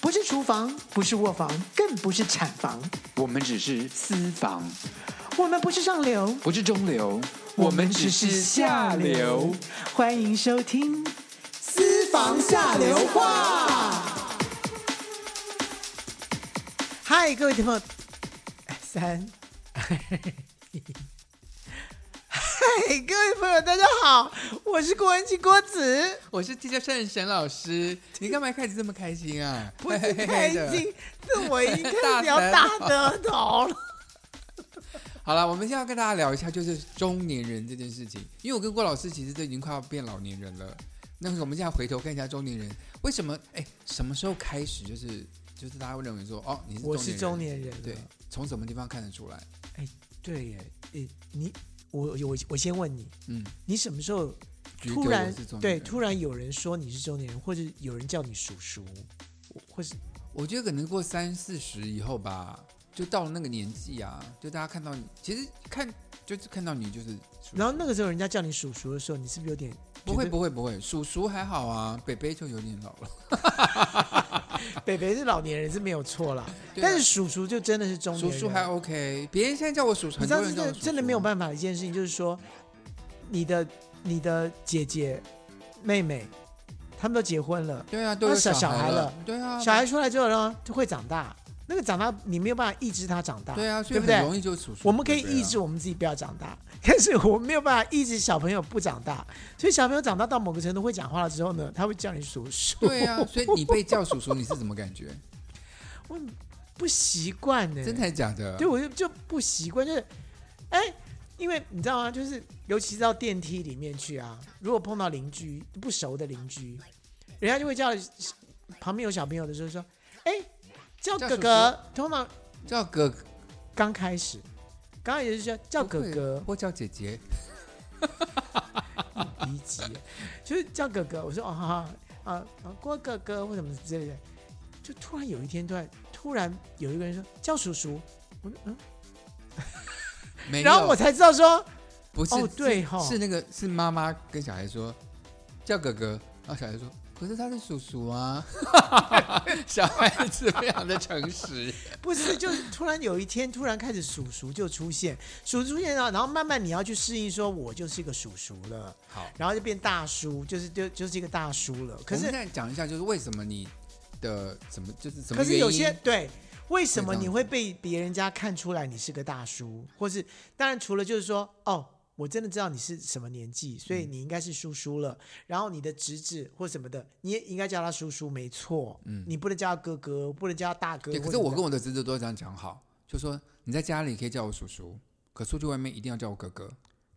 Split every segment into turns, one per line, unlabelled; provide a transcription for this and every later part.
不是厨房，不是卧房，更不是产房，
我们只是私房，
我们不是上流，
不是中流，我们只是下流。。
欢迎收听《
私房下流话。
嗨，各位听众，三，嗨，各位朋友，大家好，我是郭文琪郭子，
我是踢球圣沈老师，你干嘛一开始这么开心啊？
不是开
嘿嘿嘿的
心，是我一看
大
你要
舌
大得头了。
好了，我们现在要跟大家聊一下，就是中年人这件事情。因为我跟郭老师其实都已经快要变老年人了，那我们现在回头看一下中年人，为什么？哎，什么时候开始就是就是大家会认为说，哦，你是
我是中
年
年人了，
人，对，从什么地方看得出来？
哎对耶，诶，你我我我先问你，
嗯，
你什么时候
觉
突
得
然
我是中年
对
人
突然有人说你是中年人，或者有人叫你叔叔，或是
我觉得可能过三四十以后吧，就到了那个年纪啊，就大家看到你，其实看就是看到你就是叔叔，
然后那个时候人家叫你叔叔的时候，你是不是有点
不
觉
会
得
不会不会，叔叔还好啊，北北就有点老了，
北北是老年人是没有错啦，
对啊
但是叔叔就真的是中年
叔
人。
叔还 OK，别人现在叫我叔叔，
哦你
很
知道这
多人叫我
个
叔叔啊
真的没有办法的一件事情，就是说，你的你的姐姐、妹妹，他们都结婚了，
对啊，都
那
有
小小孩
孩
了，
对啊，
小孩出来之后呢，就会长大。那个长大你没有办法抑制他长大，
对啊，所以
不
很
对？
容易就叔叔。
我们可以
对不对啊
抑制，我们自己不要长大， 但是我们没有办法抑制小朋友不长大。所以小朋友长大到某个程度会讲话了之后呢，他会叫你叔叔。
对啊，所以你被叫叔叔，你是什么感觉？
我不习惯呢、
真的还假 的？
对，我就就不习惯，就是，哎、因为你知道吗？就是尤其是到电梯里面去啊，如果碰到邻居不熟的邻居，人家就会叫旁边有小朋友的时候说，哎、叫
叫
哥
叔
哥。通常
叫哥
刚开始，刚开始就说叫哥哥，
或叫姐姐，
第一集， 就是叫哥哥。我说哦，好好啊啊，郭哥哥或什么之类的。就突然有一天，突然突然有一个人说叫叔叔，我说嗯，
没有，
然后我才知道说
不是
哦对
是
吼
是那个是妈妈跟小孩说叫哥哥，然后小孩说可是他是叔叔啊， 小孩子非常的诚 实，
不是，就是突然有一天，突然开始叔叔就出现，叔叔出现了，然后慢慢你要去适应，说我就是一个叔叔了，
好。
然后就变大叔，就是就就是一个大叔了。可
我们
是
现在讲一下，就是为什么你的怎么就是怎么
可是
原
有
因
些对，为什么
这样
你
子
会被别人家看出来你是个大叔，或是当然除了就是说哦。我真的知道你是什么年纪，所以
嗯
你应该是叔叔了。然后你的侄子或什么的，你也应该叫他叔叔，没错。嗯，你不能叫他哥哥，不能叫他大哥。
对，可
或
是
什么
我
的
跟我的侄子都这样讲好，就说你在家里可以叫我叔叔，可出去外面一定要叫我哥哥。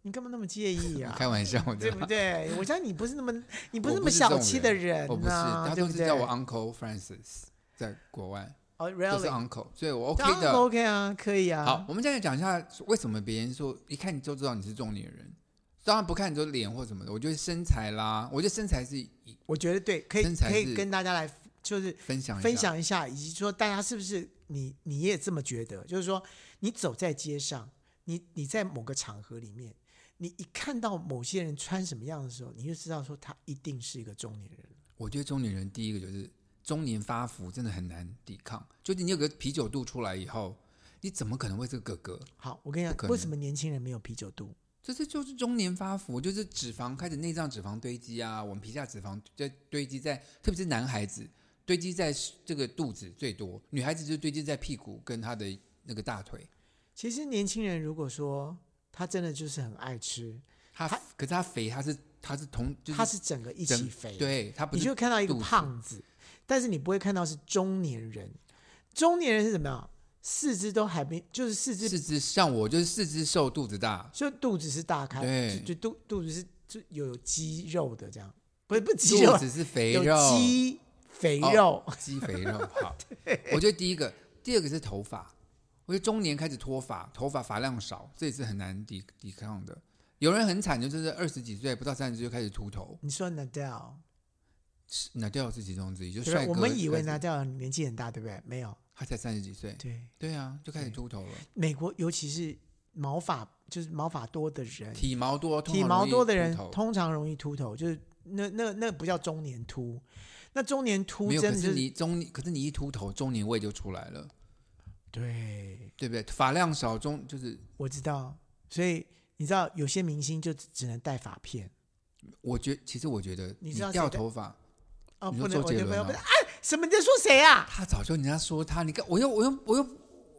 你干嘛那么介意呀、
我 开玩笑
对
的
不，对？我相信你不是那 么你不是
我
那么
是这种
小气的人
哦我不是，
呐、
他
对
都
不
是
啊对？
叫我 Uncle Francis，在国外
哦
都是
，really，
Uncle，所以我
当
OK
然
的。
OK 啊，可以啊。
好，，我们现在讲一下为什么别人说一看你就知道你是中年人。当然不看你的脸或什么的，我觉得身材啦，我觉得身材是一
我觉得对，可以
身材
可以
是
跟大家来就是
分享一下
分享一下，以及说大家是不是你你也这么觉得？就是说你走在街上，你你在某个场合里面，你一看到某些人穿什么样的时候，你就知道说他一定是一个中年人。
我觉得中年人第一个就是中年发福，真的很难抵抗。就是你有个啤酒肚出来以后，你怎么可能会是个哥哥？
好，我跟你
不可
讲，
能
为什么年轻人没有啤酒肚？
就是就是中年发福，就是脂肪开始内脏脂肪堆积啊，我们皮下脂肪在堆积在，特别是男孩子堆积在这个肚子最多，女孩子就堆积在屁股跟她的那个大腿。
其实年轻人如果说他真的就是很爱吃，
她
她
可是她肥，她是她是同，就是
他是整个一
整
起肥，，
对，她不
你
是
就会看到一个
肚子
胖子，但是你不会看到是中年人。中年人是怎么样？四肢都还没，就是四肢，
四肢像我就是四肢瘦，肚子大，
就肚子是大开，
对
就就肚肚子是就有有肌肉的这样，不是不是肌肉
肚
啊，
子是肥
有
肉，
肌肥
哦
肉。
肌肥肉。 好，我觉得第一个，第二个是头发。我觉得中年开始脱发，头发发量少，这也是很难抵抵抗的。有人很惨，就是二十几岁不到三十岁就开始秃头，
你说 Nadal，
拿掉是其中之一。就
对不对
帅哥，
我们以为
拿
Nadal 年纪很大，对不对？没有，
他才三十几岁，
对，
对啊，就开始秃头了。
美国尤其是毛发就是毛发多的人，
体毛多，通常
体毛
容易
多的人
秃头
通常容易秃头，就是那那那不叫中年秃，那中年秃
没有，
真
可
的就是
你中，可是你一秃头，中年味就出来了，
对，
对不对？发量少，中就是
我知道，所以你知道有些明星就只只能戴发片
我觉，其实我觉得
你
你
知道谁
掉
在
头发，
啊，
你
不
说
能，
周
我
杰
就不
伦
要不
啊
能啊，什么你在说谁啊？
他早就人家说他，你看我又我又我又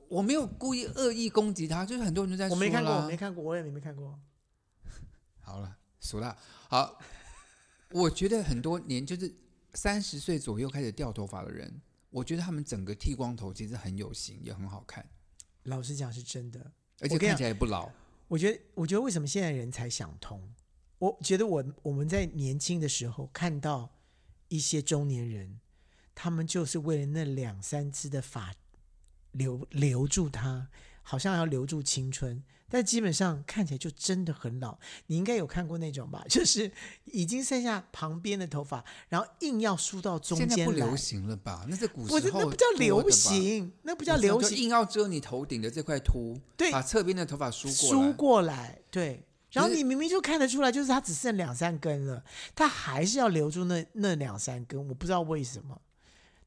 我没有故意恶意攻击他，就是很多人就在
我
说
没看过，我
啦
没看过，我也没看过。
好了，熟了。好，我觉得很多年就是三十岁左右开始掉头发的人，我觉得他们整个剃光头其实很有型，也很好看，
老实讲是真的，
而
我
且
跟你
看起来也不老。
我觉得，我觉得为什么现在人才想通？我觉得我我们在年轻的时候看到一些中年人，他们就是为了那两三支的发留留住他，好像要留住青春，但基本上看起来就真的很老。你应该有看过那种吧？就是已经剩下旁边的头发，然后硬要梳到中
现在
间
不
来
流，行了吧？那是古
不
时
是
候
那不叫
多的
流
吧
行，那不叫流
我知道就
行，
硬要遮你头顶的这块秃，
对
把侧边的头发梳过
梳
来。
过来，对。然后
就是
你明明就看得出来，就是它只剩两三根了，它还是要留住那那两三根，我不知道为什么。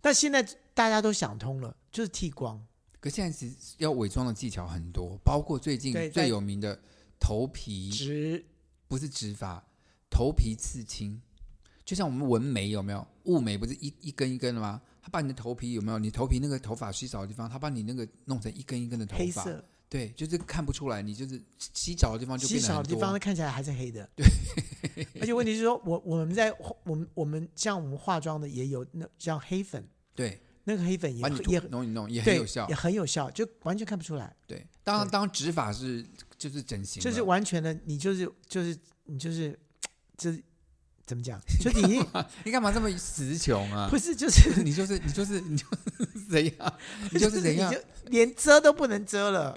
但现在大家都想通了，就是剃光。
可现在其实要伪装的技巧很多，包括最近
对在
最有名的头皮
直
不是植发，头皮刺青，就像我们纹眉有没有？雾眉不是一一根一根的吗？他把你的头皮有没有？你头皮那个头发稀少的地方，他把你那个弄成一根一根的头
黑
发，
色，
对，就是看不出来，你就是稀少的地方就
稀
变得
少
很
的地
多。
方看起来还是黑的。对，而且问题是说，我我们在我们我们像我们化妆的也有那像黑粉，
对，
那个黑粉也
啊把你涂
也
弄一弄也很
对
有效
也。很有效，就完全看不出来，
对，当然
对
当植发是就是整形了，
就是完全的，你就是就是你就是，就是怎么讲， 就是你已经
你干嘛这么词穷啊？
不是，就是
你就是你就是你就是 怎样，你就是怎样
你，就连遮都不能遮了。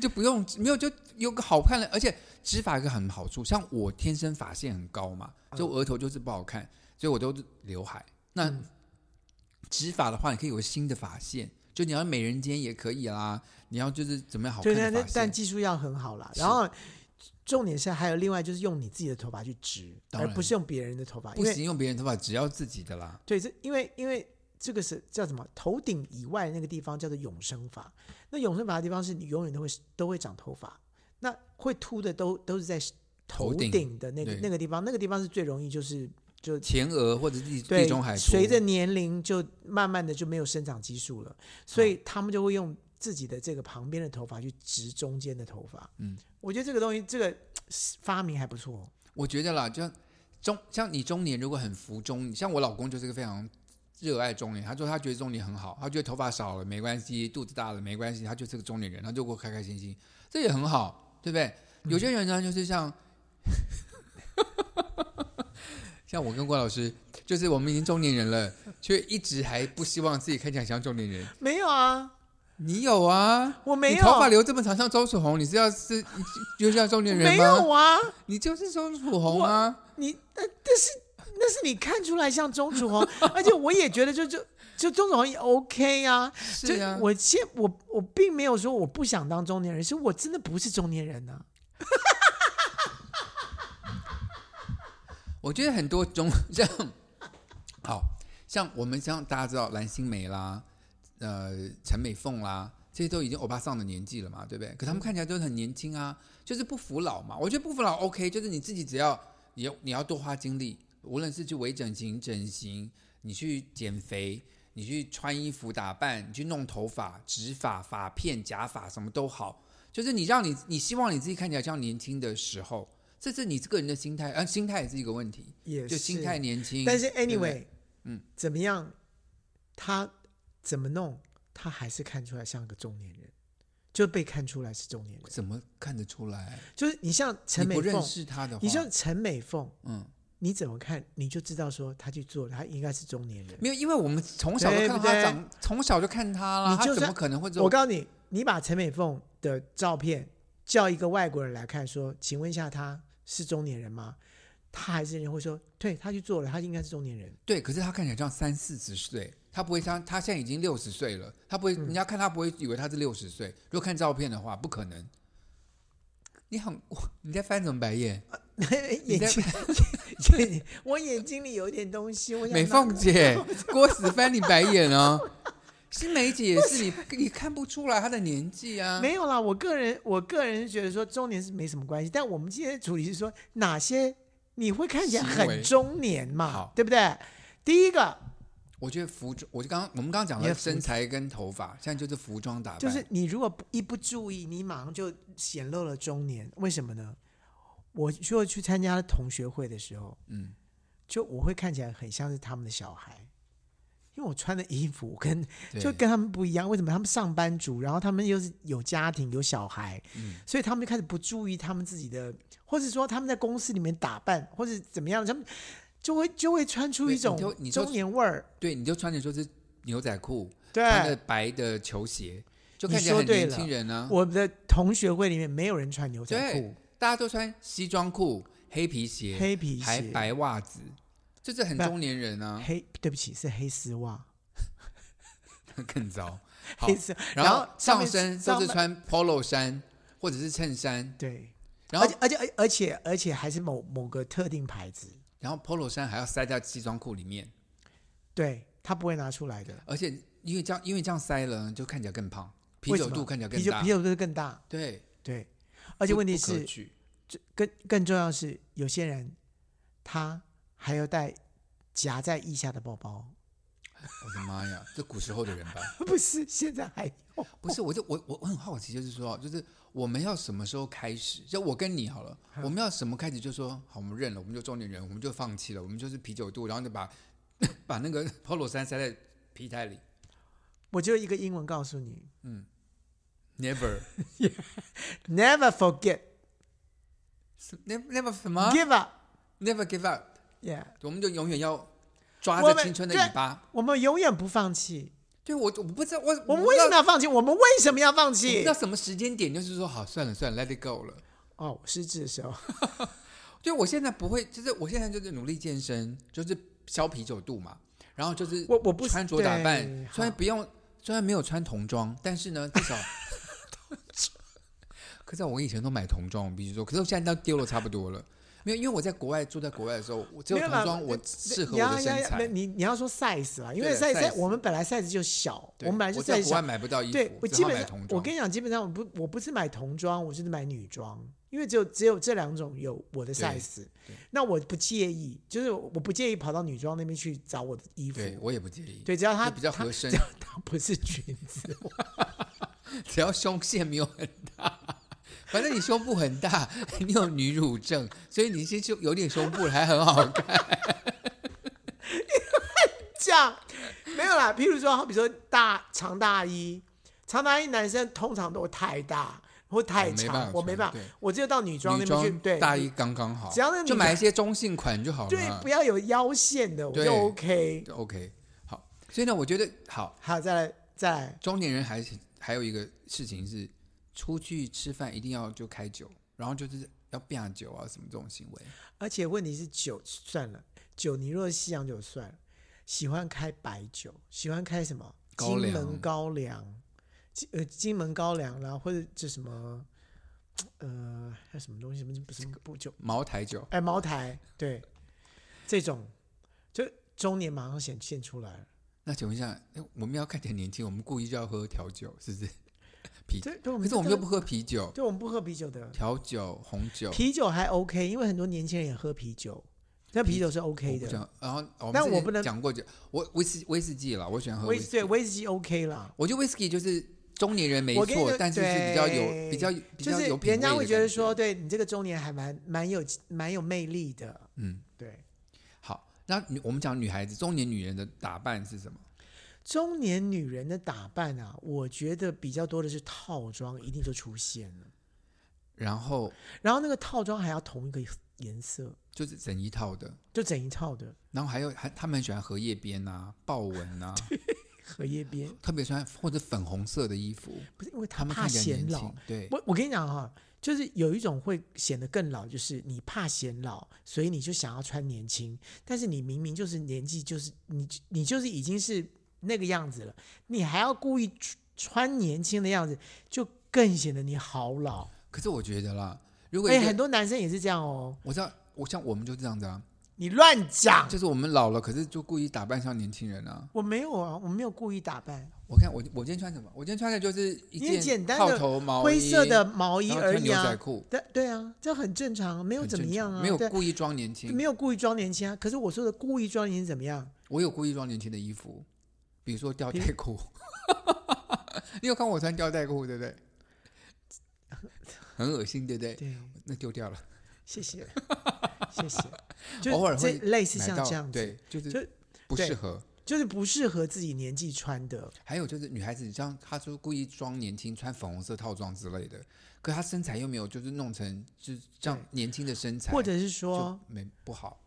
就不用没有就有个好看的，而且植发有个很好处，像我天生发线很高嘛，
嗯
就额头就是不好看，所以我都是刘海。那
嗯
植发的话，你可以有个新的发线，就你要美人尖也可以啦，你要就是怎么样好看
对，但
的
但
发
但
线。
技术要很好啦。
是
然后重点是还有另外就是用你自己的头发去植，
当
而
然
不是用别人的头发，因
不
为
行，用别人头发，只要自己的啦。
对，这因为因为这个是叫什么？头顶以外那个地方叫做永生发。那永生发的地方是你永远都会都会长头发，那会秃的都都是在头
头顶
顶的那个
对
那个地方，那个地方是最容易就是就
前额或者地
对
地中海，秃，
随着年龄就慢慢的就没有生长激素了，所
啊
以他们就会用自己的这个旁边的头发去植中间的头发。
嗯，
我觉得这个东西这个发明还不错。哦
我觉得啦，就像中像你中年如果很服中，像我老公就是个非常热爱中年，他说他觉得中年很好，他觉得头发少了没关系，肚子大了没关系，他就是个中年人，他就过开开心心，这也很好，对不对？有
嗯
些人呢，就是像 像我跟郭老师，就是我们已经中年人了，却一直还不希望自己看起来像中年人。
没有啊，
你有啊？
我没
你
有，
头发留这么长，像周楚红，你是要是 你就就是要中年人吗？
没有啊。
你就是周楚红啊。
你呃，但是那是你看出来像钟楚红，而且我也觉得就就就钟楚红也 OK 啊。
是啊
就，我现我我并没有说我不想当中年人，是我真的不是中年人啊呢、
我觉得很多种像，好像我们像大家知道蓝心湄啦，呃，陈美凤啦，这些都已经欧巴桑的年纪了嘛，对不对？可他们看起来都很年轻啊，就是不服老嘛。我觉得不服老 OK，就是你自己只要你要你要多花精力，无论是去微整形、整形，你去减肥。你去穿衣服打扮，你去弄头发、植发、发片、假发，什么都好，就是你让你你希望你自己看起来像年轻的时候，这是你这个人的心态，呃，心态也是一个问题。
也是
就心态年轻。
但是
对不
anyway，
对嗯，
怎么样？他怎么弄？他还是看出来像个中年人，就被看出来是中年人。
怎么看得出来？
就是你像陈
你
美
不认
凤，
识他的话，
你像陈美凤，
嗯，
你怎么看你就知道说他去做，他应该是中年人。
没有，因为我们从小就
对
看到
不对
他长，从小就看他了，
你就
他
算
怎么可能会这
我
种？
告诉你，你把陈美凤的照片叫一个外国人来看，说，请问一下，他是中年人吗？他还是人会说，对他去做了，他应该是中年人。
对，可是他看起来像三四十岁，他不会像他现在已经六十岁了，他不会，
嗯
人家看他不会以为他是六十岁。如果看照片的话，不可 能。你很，你在翻什么白眼？
眼睛对你我眼睛里有一点东西，我想
美 凤姐、郭子翻你白眼哦。新梅姐也是你，你看不出来她的年纪啊。
没有啦，我个人我个人是觉得说中年是没什么关系，但我们今天的主题是说哪些你会看起来
行为
很中年嘛
好，
对不对？第一个
我觉得服装，我就刚我们刚刚讲
你
了
的服
身材跟头发，现在就是服装打扮。
就是你如果不一不注意，你马上就显露了中年，为什么呢？我就去参加同学会的时候，
嗯，
就我会看起来很像是他们的小孩，因为我穿的衣服跟
对
就跟他们不一样。为什么？他们上班族，然后他们又是有家庭有小孩，
嗯
所以他们就开始不注意他们自己的，或者说他们在公司里面打扮或者怎么样，他们就会就会穿出
对
一种
你就你就
中年味儿。
对，你就穿着就是牛仔裤，穿着
对，
白的球鞋，就
哎你
看起来
说
很
对
年
了
轻人啊。
我们的同学会里面没有人穿牛仔
对
裤、
大家都穿西装裤、黑皮鞋、
黑皮
还
鞋、
白袜子，这是很
不
中年人啊，
黑，对不起，是黑丝袜。
更糟。好
黑丝，
然
后
后上
面
身
上
都是
半
穿 polo 衫或者是衬衫，
对，
然后
而且而且而且而且还是某某个特定牌子，
然后 polo 衫还要塞在西装裤里面，
对他不会拿出来的。
而且因为这样因为这样塞了，就看起来更胖，啤
为什
酒
么
肚看起来
啤
更
酒
大
啤。酒肚更大，
对，
对。而且问题
不不可
是，
取
这更更重要的是，有些人他还要带夹在腋下的包包，
我的妈呀，这古时候的人吧。
不是现在还有。
不是，我就我我我很好奇，就是说，啊就是我们要什么时候开始？就我跟你好了，我们要什么开始？就说好，我们认了，我们就中年人，我们就放弃了，我们就是啤酒肚，然后就把 把那个 polo 衫塞在皮带里。
我就一个英文告诉你
Never
：Never forget,
是 never never 什么
give up。
never give up，
Yeah，
我们就永远要抓
我
着
们
青春的
对
尾巴。
我们永远不放弃。
对我我不知道我
我们为什么
要
要放弃？我们为什么要放
不知
弃
道？什么时间点，就是说好算了算了，let it go 了。
哦，我失智的时 候，
对，我现在不会，就是我现在就是努力健身，就是消啤酒肚嘛，然后就是
我我不
穿着打
对
扮，虽然
好
不用，虽然没有穿童装，但是呢，至少可是我以前都买童装，我必须说，可是我现在都丢了差不多了。没有，因为我在国外住在国外的时候，我只有
没有
童
啦
装，我适合我的身材
没。你你要说 size 啦，因为
对
size,
size
我们本来 size 就小，
对
我们本来就
我在
size
国外
小。
买不到衣服，
对我
只
基
好
本
买
上
童，
我
装。
跟你讲，基本上我不我不是买童装，我就是买女装，因为只有只有这两种有我的
对
size
对。
那我不介意，就是我不介意跑到女装那边去找我的衣服。
对我也不介意，
对只要它
就比较
它
合身
只，要它不是裙子，
只要胸线没有很大， 反正你胸部很大， 你有女乳症，所以你先就有点胸部还 很好看。
这样没有啦。譬如说，好比说大长大衣，长大衣男生通常都太大或太
哎我没办
长
法，
我没办法
穿对，
我只有到女装
女
那边去，
装
对，
大衣刚刚好，
只要那个
就
女
买
装
一些中性款就好了。
对，不要有腰线的，我
对
就 OK。
就 OK。好，所以呢，我觉得好，
好，再来再来，
中年人还是还有一个事情是，出去吃饭一定要就开酒，然后就是要变酒啊什么这种行为。
而且问题是酒算了，酒你若是西洋酒算了，喜欢开白酒，喜欢开什么
高
金
粱
门高粱，金呃金门高粱啦，或者这什么呃还有什么东西什么什么不酒，
茅台酒，
哎茅台对，这种就中年马上显现出来了。
那请问一下，哎我们要看起来年轻，我们故意就要喝调酒，是不是？啤酒，
对，对我们
可是我们又不
不
喝啤酒，
对我们不喝啤酒的，
调酒、红酒，
啤酒还 OK，因为很多年轻人也喝啤酒，那啤酒是 OK
我不
的。
讲。然后哦我们
但
之
我
前
不能
讲过酒，我威士威士忌了，我喜欢喝
威
威
士
士
对
忌。
威士忌 OK 啦，
我觉得威士忌就是中年人没
我跟你
错
说，
但是是比较有
对
比较比
就
较
是
有品味
人
的
家会觉得
感
说，，对你这个中年还蛮蛮有蛮有魅力的，
嗯，
对。
好。那女我们讲女孩子，中年女人的打扮是什么？
中年女人的打扮啊，我觉得比较多的是套装，一定就出现了。
然后
然后那个套装还要同一个颜色，
就是整一套的，
就整一套的
然后还有还他们很喜欢荷叶边啊、豹纹 啊，
荷叶边，
特别喜欢或者粉红色的衣服，
不是因为
他
她
们
怕
看起来
显
年
老
轻。。对，
我我跟你讲哈、就是有一种会显得更老，就是你怕显老，所以你就想要穿年轻，但是你明明就是年纪就是你你就是已经是那个样子了，你还要故意穿穿年轻的样子，就更显得你好老。
可是我觉得啦，如果
哎、
一个
很多男生也是这样哦，
我知道，我像我们就这样子啊，
你乱讲，
就是我们老了，可是就故意打扮像年轻人啊。
我没有啊，我没有故意打扮，
我看我我今天穿什么？我今天穿的就是一
你很
件
简单的
套头毛衣
灰色的毛衣
然后
而
穿
已
牛仔
啊。
裤，
对对啊，这很正常，没有
很
怎么
正常
样啊，
没有
对
故意装年轻
没。有故意装年轻啊。可是我说的故意装年轻怎么样？
我有故意装年轻的衣服，比如说吊带裤。 你有看我穿吊带裤对不对？很恶心对不对？
对，
那丢掉了，
谢谢， 谢谢。就
偶尔
这
会
类似
买
像
到
这样子，
对，就是
就
不
对
适合。
就是不适合自己年纪穿的。
还有就是女孩子，你像她说故意装年轻，穿粉红色套装之类的，可她身材又没有，就是弄成就是这样年轻的身材，
或者是
就
说，
没不好。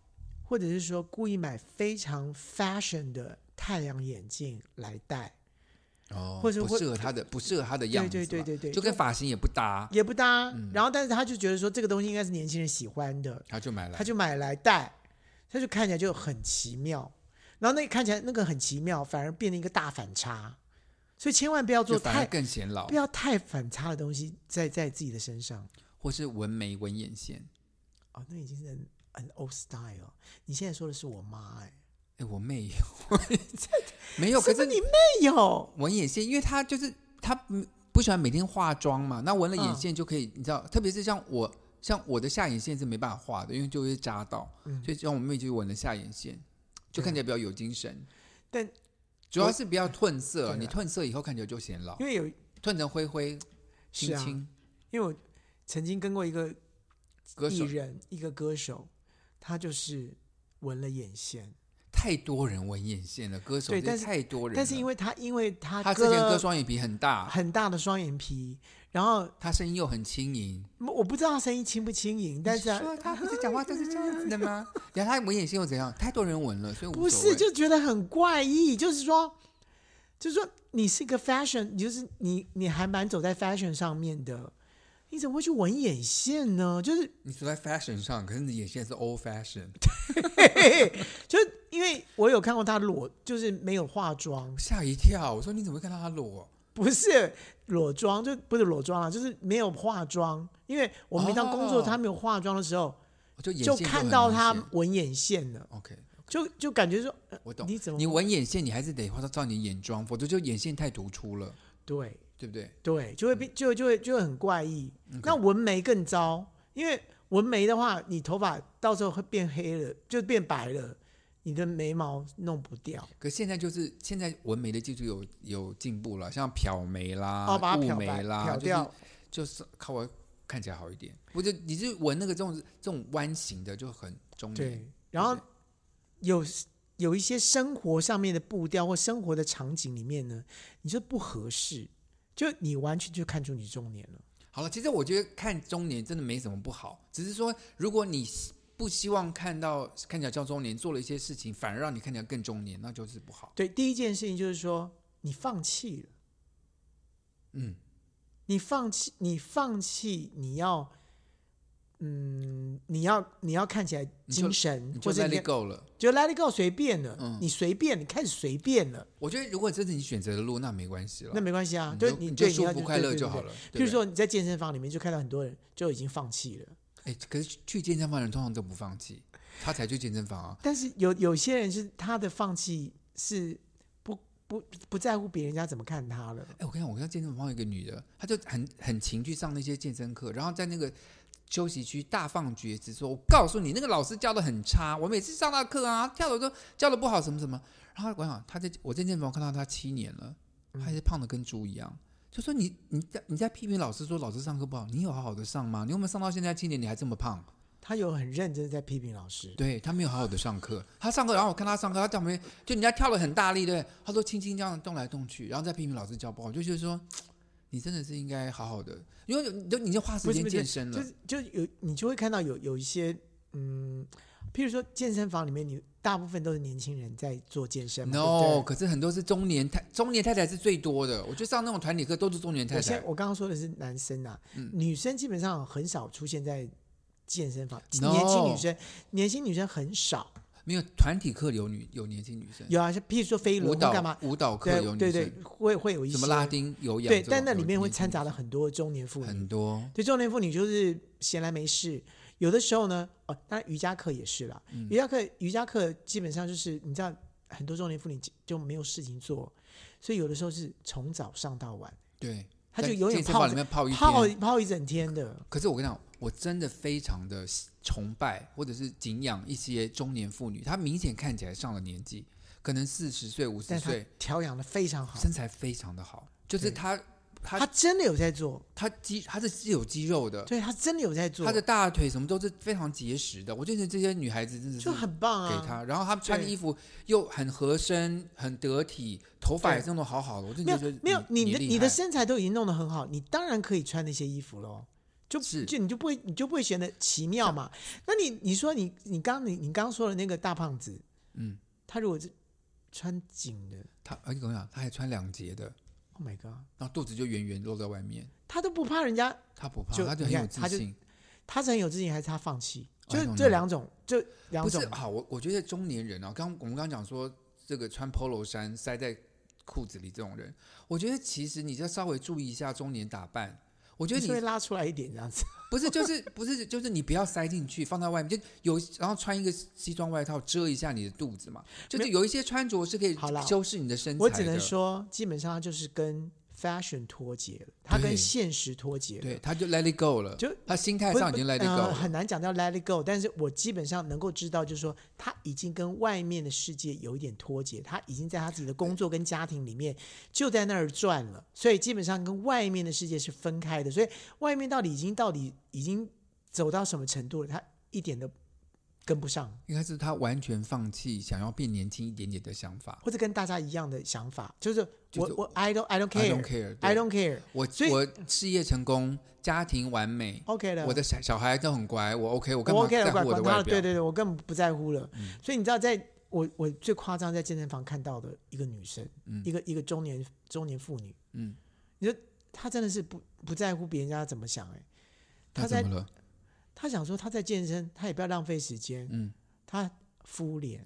或者是说故意买非常 fashion 的太阳眼镜来戴，
哦，
或者
不
会
适合她的，不适合她的样子吧，
对对对对对
就跟发型也不搭，
也不搭。然后，但是他就觉得说这个东西应该是年轻人喜欢的，
她就买了
他。就买来戴，他就看起来就很奇妙。然后那看起来那个很奇妙，反而变成一个大反差，所以千万不要做
就反而
太
更显老
不，要太反差的东西在在自己的身上。
或是纹眉纹眼线。
哦，那已经是很很 old style 了。你现在说的是我妈哎、
哎， 我妹有，没有，可
什么
是
你妹有？
纹眼线，因为她就是她不不喜欢每天化妆嘛，那纹了眼
嗯
线就可以，你知道，特别是像我，像我的下眼线是没办法画的，因为就会扎到，
嗯
所以让我妹就纹了下眼线，就看起来比较有精神。
但
主要是不要褪色，
对啊
你褪色以后看起来就显老
因，为有
褪成灰灰、
是
青
啊，
青。
因为我曾经跟过一个
歌
艺
手
人，一个歌手，他就是纹了眼线，
太多人纹眼线了，歌手
对
真的
但是
太多人了。
但是因为他因为他
他之前割双眼皮很大，
很大的双眼皮，然后
他声音又很轻盈，
我不知道他声音轻不轻盈，但是
你
啊
说他不是讲话都是这样子的 吗？然后他纹眼线又怎样？太多人纹了，所以无
不
所
是
谓
就觉得很怪异，就是说，就是说你是一个 fashion，你就是你你还蛮走在 fashion 上面的，你怎么会去纹眼线呢？就是
你走在 fashion 上，可是你眼线是 old fashion，
就是因为我有看过他裸，就是没有化妆
我，吓一跳。我说你怎么会看到他裸？
不是裸妆，就不是裸妆啊，就是没有化妆。因为我们平常工作
哦
他没有化妆的时候，
我就眼
就
线
看
很
到
明
他
显
纹眼线了，
OK，
就就感觉说呃
我懂。
你怎么
你纹眼线，你还是得画到你眼妆，否则就眼线太突出了，
对
对不对？
对，就会
嗯
变就就会就会很怪异。那纹眉更糟，因为纹眉的话，你头发到时候会变黑了，就变白了，你的眉毛弄不掉。
可现在就是现在纹眉的技术有有进步了，像漂眉啦、
哦，把它
啊雾
漂
眉
白、
啦，
漂
就是
掉。
就是靠我看起来好一点。不就你是纹那个这种这种弯形的就很中年，
对，然后
对
有有一些生活上面的步调或生活的场景里面呢，你就不合适，就你完全就看出你中年了。
好了，其实我觉得看中年真的没什么不好，只是说如果你希不希望看到看起来叫中年，做了一些事情反而让你看起来更中年，那就是不好。
对，第一件事情就是说你放弃了，
嗯，
你放弃，你放弃，你要。嗯，你要你要看起来
你就
精神，
你
或
就
者
let
你
it go 了。
就 let it go 随便了，
嗯
你随便，你开始随便了，
我觉得如果这是你选择的路，那没关系了，
那没关系啊，
嗯你
就
就你
对
舒
要
服快乐就
对
好。
对对
了。
对譬如
对不对，
说你在健身房里面就看到很多人就已经放弃了，
哎，可是去健身房的人通常都不放弃，他才去健身房啊。
但是有有些人是他的放弃是不不不在乎别人家怎么看他了，
哎，我跟你讲，我看健身房有一个女的，她就很很勤去上那些健身课，然后在那个休息区大放厥词，说我告诉你，那个老师教的很差，我每次上她课啊，跳的都教的不好，什么什么。然后我想，她在我在健身房看到她七年了，她还是胖的跟猪一样。就说你你在你在批评老师说老师上课不好，你有好好的上吗？你有没有上到现在七年你还这么胖？
他有很认真地在批评老师，
对他没有好好的上课，他上课，然后我看他上课，他在旁边就人家跳的很大力，对不对，他都轻轻这样动来动去，然后再批评老师教不好，我就觉得说，你真的是应该好好的，因为你就你就花时
不是
间
不是
健身了
就，是就有你就会看到有有一些嗯，譬如说健身房里面你大部分都是年轻人在做健身嘛
no，
对不对
可是很多是中年太中年太太是最多的，我觉得上那种团体课都是中年太
我现
太
在我刚刚说的是男生啊，
嗯
女生基本上很少出现在健身房，
No 嗯
年轻女生，年轻女生很少。
没有团体课有女有年轻女生，
有啊，像譬如说飞
舞
轮或
蹈
干嘛？
舞蹈课
对
有女
对
生，
对，会会有一些
什么拉丁有氧这
对，
种，嗯
但那里面
有
会
年轻
掺杂
女
了很多中年妇
生
女
很。多，
对，中年妇女就是闲来没事，有的时候呢，哦，当然瑜伽课也是啦，
嗯
瑜伽课瑜伽课基本上就是你知道，很多中年妇女就没有事情做，所以有的时候是从早上到晚，
对，
她就
在
永远
健身
泡
房
着
里面泡一
泡
天。
泡一整天的。
可是我跟你讲，我真的非常的崇拜或者是敬仰一些中年妇女，她明显看起来上了年纪，可能四十岁、五十
但她
岁，
调养的非常好，
身材非常的好，就
对
是她
她
她
真的有在做，
她肌她是是有肌肉的，
对她真的有在做，
呃她的大腿什么都是非常结实的。我就觉得这些女孩子真的是
就很棒啊。
给她，然后她穿的
对
衣服又很合身、很得体，头发也
对
弄得好好的，我真
没
的
有
觉得
没有，
你
你的
厉
你的
害
身材都已经弄得很好，你当然可以穿那些衣服喽。就是就你就不会你就不会显得奇妙嘛？那你你说你你刚你你刚说的那个大胖子，
嗯，
他如果是穿紧的
她，而且我跟你讲，她还穿两节的，
，Oh my god，
然后肚子就圆圆露在外面。
他都不怕人家，
他不怕，
就
他就
你
很
看
有自
他就
信。
他是很有自信还是他放弃？就
I don't
这
know
两种，就两
不
种
是。好，我我觉得中年人啊，刚我们刚刚讲说这个穿 polo 衫塞在裤子里这种人，我觉得其实你就稍微注意一下中年打扮。我觉
就
得
是会
你
拉出来一点这样子，
不是就是不是就是你不要塞进去，放在外面就有，然后穿一个西装外套遮一下你的肚子嘛。就是有一些穿着是可以
好啦
修饰你的身材的。
我只能，说，基本上他就是跟 fashion 脱节了，他跟
对
现实脱节了。
对，他就 let it go 了，
就
他心态
不
上已经 let it
呃
go 了。
很难讲到 let it go，但是我基本上能够知道，就是说他已经跟外面的世界有一点脱节，他已经在他自己的工作跟家庭里面就在那儿转了，所以基本上跟外面的世界是分开的，所以外面到底已经到底已经走到什么程度了，他一点都跟不上，
应该是他完全放弃想要变年轻一点点的想法。
或者跟大家一样的想法，就是我、
就是
我 I don't I don't
I
care
don't care，对
I don't care，
我
所以
我事业成功，家庭完美，
OK 了，
我的小小孩都很乖，我 OK，我干
我
嘛
OK
在
了，管
乎我的
管他
外
了，对
表？嗯
对对，我根本不在乎了。所以你知道在，我我最夸张在健身房看到的一个女生，
嗯
一个一个中年中年妇女，
嗯，
你说她真的是不不在乎别人家怎么想、哎，
他
在
怎么了？
她想说她在健身，她也不要浪费时间，
嗯，
她敷脸，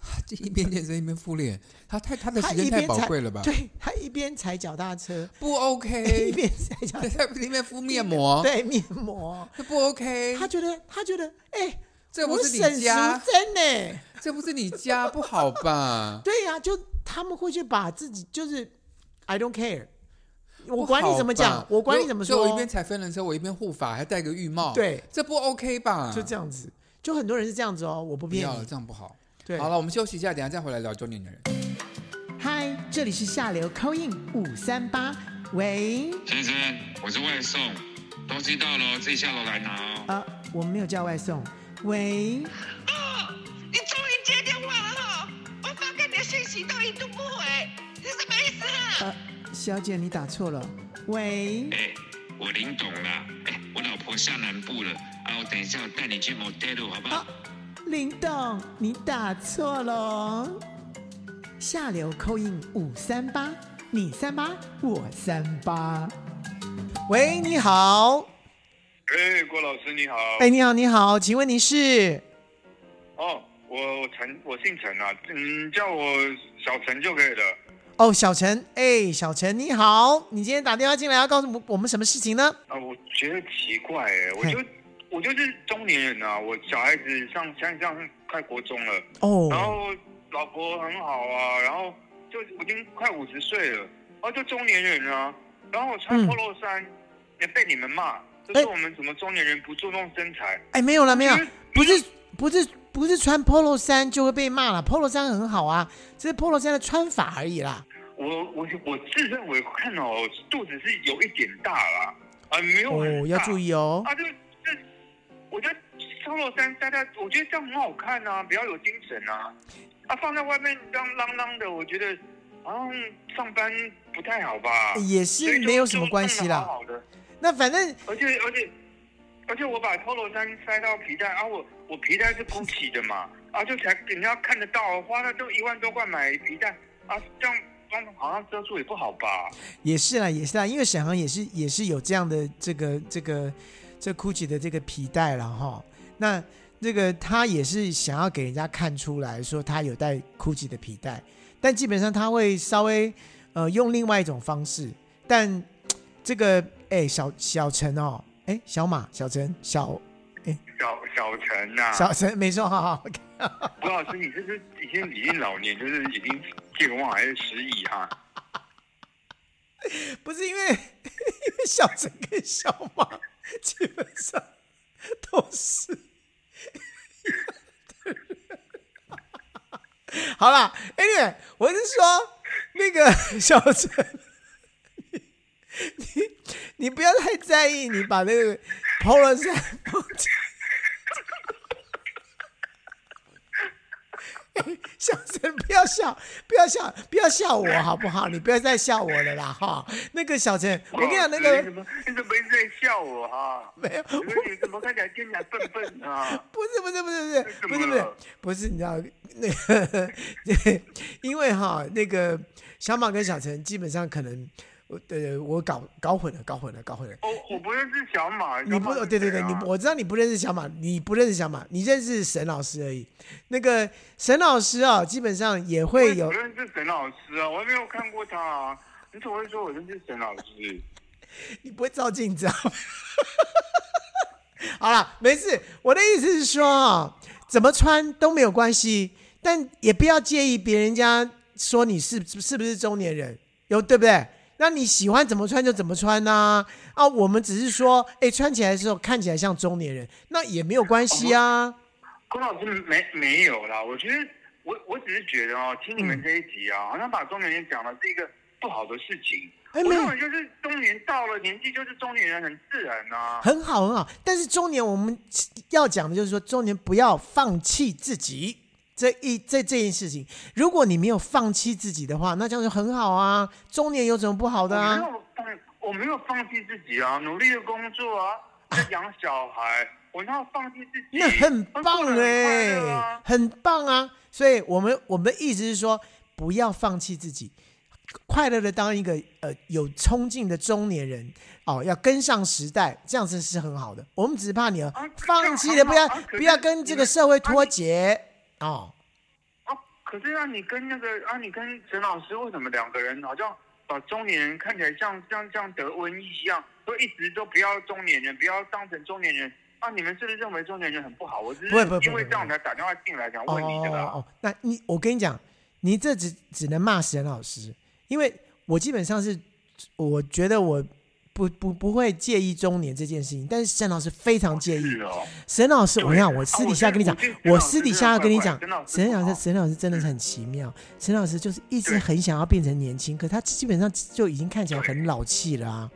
他这一边健身一边敷脸，他太他的
他
时
一
间太
边
宝
才
贵了吧？哎
对她一边踩脚踏车，
不
一
OK，
边踩脚
他在里面敷面膜，
对面膜，
这不 OK，
她觉得她觉得，哎、
哎这不
我
是
省
你
时欸间
家，
呢、
这不是你家，不好吧？
对呀、就他们会去把自己就是 I don't care，
不
我管
好
你怎么讲
吧，
我管你
所以
怎么
所以
说，
我一边啊踩飞轮车，我一边护法，还戴个浴帽，，
对，
这不 OK 吧？
就这样子，就很多人是这样子哦，我不
不
骗
要了，
你。
这样不好。
对，
好了，我们休息一下，等一下再回来聊中年人。
嗨，这里是下流 c o i n 五三八，喂，
先生，我是外送，东西到了自己下楼来拿哦。
呃，我们没有叫外送，喂，
哦，你终于接电话了哈！我发给你的信息都一度不回，你什么意思啊？
呃，小姐你打错了，喂，
哎，我林董啦，哎，我老婆下南部了，啊，我等一下我带你去 motel 好不好
啊？林董你打错了哦，下流 c o i n 五三八，你三八我三八，喂，你好。
哎，郭老师你好。
哎，你好，你好，请问你是？
哦，我我陈，我姓陈啊，嗯，叫我小陈就可以了。
哦，小陈，哎，小陈你好，你今天打电话进来要告诉我我们什么事情呢？
啊，我觉得奇怪哎，我就我就是中年人啊，我小孩子上像像快国中了，然
哦，
后老婆很好啊，然后就我已经快五十岁了，然后就中年人啊，然后我穿
嗯
polo 衫也被你们骂，就
哎
说我们什么中年人不注重身材。
哎，没有了，没有
其实，
不是，不是，不是穿 polo 衫就会被骂了，polo 衫很好啊，只是 polo 衫的穿法而已啦。
我我我自认为看哦，肚子是有一点大啦，啊，没有很
哦，要
大
注意哦。
啊，就这，我觉得 polo 衫大家，我觉得这样很好看啊，比较有精神啊。啊，放在外面这样啷啷的，我觉得好像上班不太好吧。
也
所
是
啊以就
没有什么关系
就弄得
啦。
好好的，
那反正
而且而且而且我把 polo 衫塞到皮带啊，我我皮带是 Gucci 的嘛，啊，就才人家看得到，花了都一万多块买皮带啊，这样光好像遮住也不好吧。
也是啦，也是啦，因为沈航也是也是有这样的这个这个这 GUCCI 的这个皮带了哈。那这个他也是想要给人家看出来说他有戴 GUCCI 的皮带，但基本上他会稍微呃用另外一种方式。但这个哎、小小陈哦，哎，小马、小陈、小
小小陈呐、
小陈，没错，好好，OK，
罗老师，你这是已经已经老年，就是已经健忘还是失忆哈？
不是因为 因为小陈跟小马基本上都是 一样的人好啦 a n y w a y 我是说那个小陈，你你你不要太在意，你把那个 Polo 衫放进。 小陈，不要笑，不要笑，不要笑我好不好？你不要再笑我了啦哈！那个小陈，我跟你讲，那
罗老
个
师你怎么你怎么一直在笑我哈、
没有，
我说你怎么看起来听起来笨笨啊？
不是不是不是不是不
怎么
是不是
了
不是，你知道那个， 对因为哈那个小马跟小陈基本上可能我呃我搞搞混了，搞混了，搞混了。
我我不认识小马，
你不
小马是
对对对，
谁啊
你我知道你不认识小马，你不认识小马，你认识沈老师而已。那个沈老师啊，基本上也会有
我认识沈老师啊，我还没有看过他啊。你怎么会说我认识沈老师？
你不会照镜子啊？ 好了，没事。我的意思是说啊，怎么穿都没有关系，但也不要介意别人家说你是是不是中年人，有对不对？那你喜欢怎么穿就怎么穿呐、啊。我们只是说，哎，穿起来的时候看起来像中年人，那也没有关系啊。
郭老师没没有啦，我觉得我我只是觉得哦，听你们这一集啊，好像把中年人讲的是一个不好的事情。
嗯哎，
我
没
认
有，
为就是中年到了年纪就是中年人，很自然啊呐、
很好很好。但是中年我们要讲的就是说，中年不要放弃自己这一这这件事情。如果你没有放弃自己的话，那这样就很好啊。中年有什么不好
我
的
没
啊？
有放，我没有放弃自己啊，努力的工作啊，在养小孩，我哪有放弃自己？
那很棒
哎、
哎、很棒啊！所以我们我们的意思是说，不要放弃自己，快乐的当一个呃有冲劲的中年人哦，要跟上时代，这样子是很好的。我们只是怕你啊
啊
放弃了，不要
这样很好啊可是
不要跟这个社会脱节哦。
啊，可是啊，你跟那个啊，你跟沈老师为什么两个人好像把中年人看起来像像像得瘟疫一样，都一直都不要中年人，不要当成中年人啊？你们是不是认为中年人很不好？我只是
不会不会不会
因为这样才打电话进来想问你的啊啦。
哦哦哦，那你我跟你讲，你这只只能骂沈老师，因为我基本上是，我觉得我不不不会介意中年这件事情，但是沈老师非常介意
是。哦，
沈老师，
对
我跟你讲，我私底下跟你讲
啊我觉得，
我
我觉得
私底下要跟你讲
沈老，师
沈
真的
老
很怪
师，沈老师真的是很奇妙。沈老师就是一直
对
很想要变成年轻，可他基本上就已经看起来很老气了啊，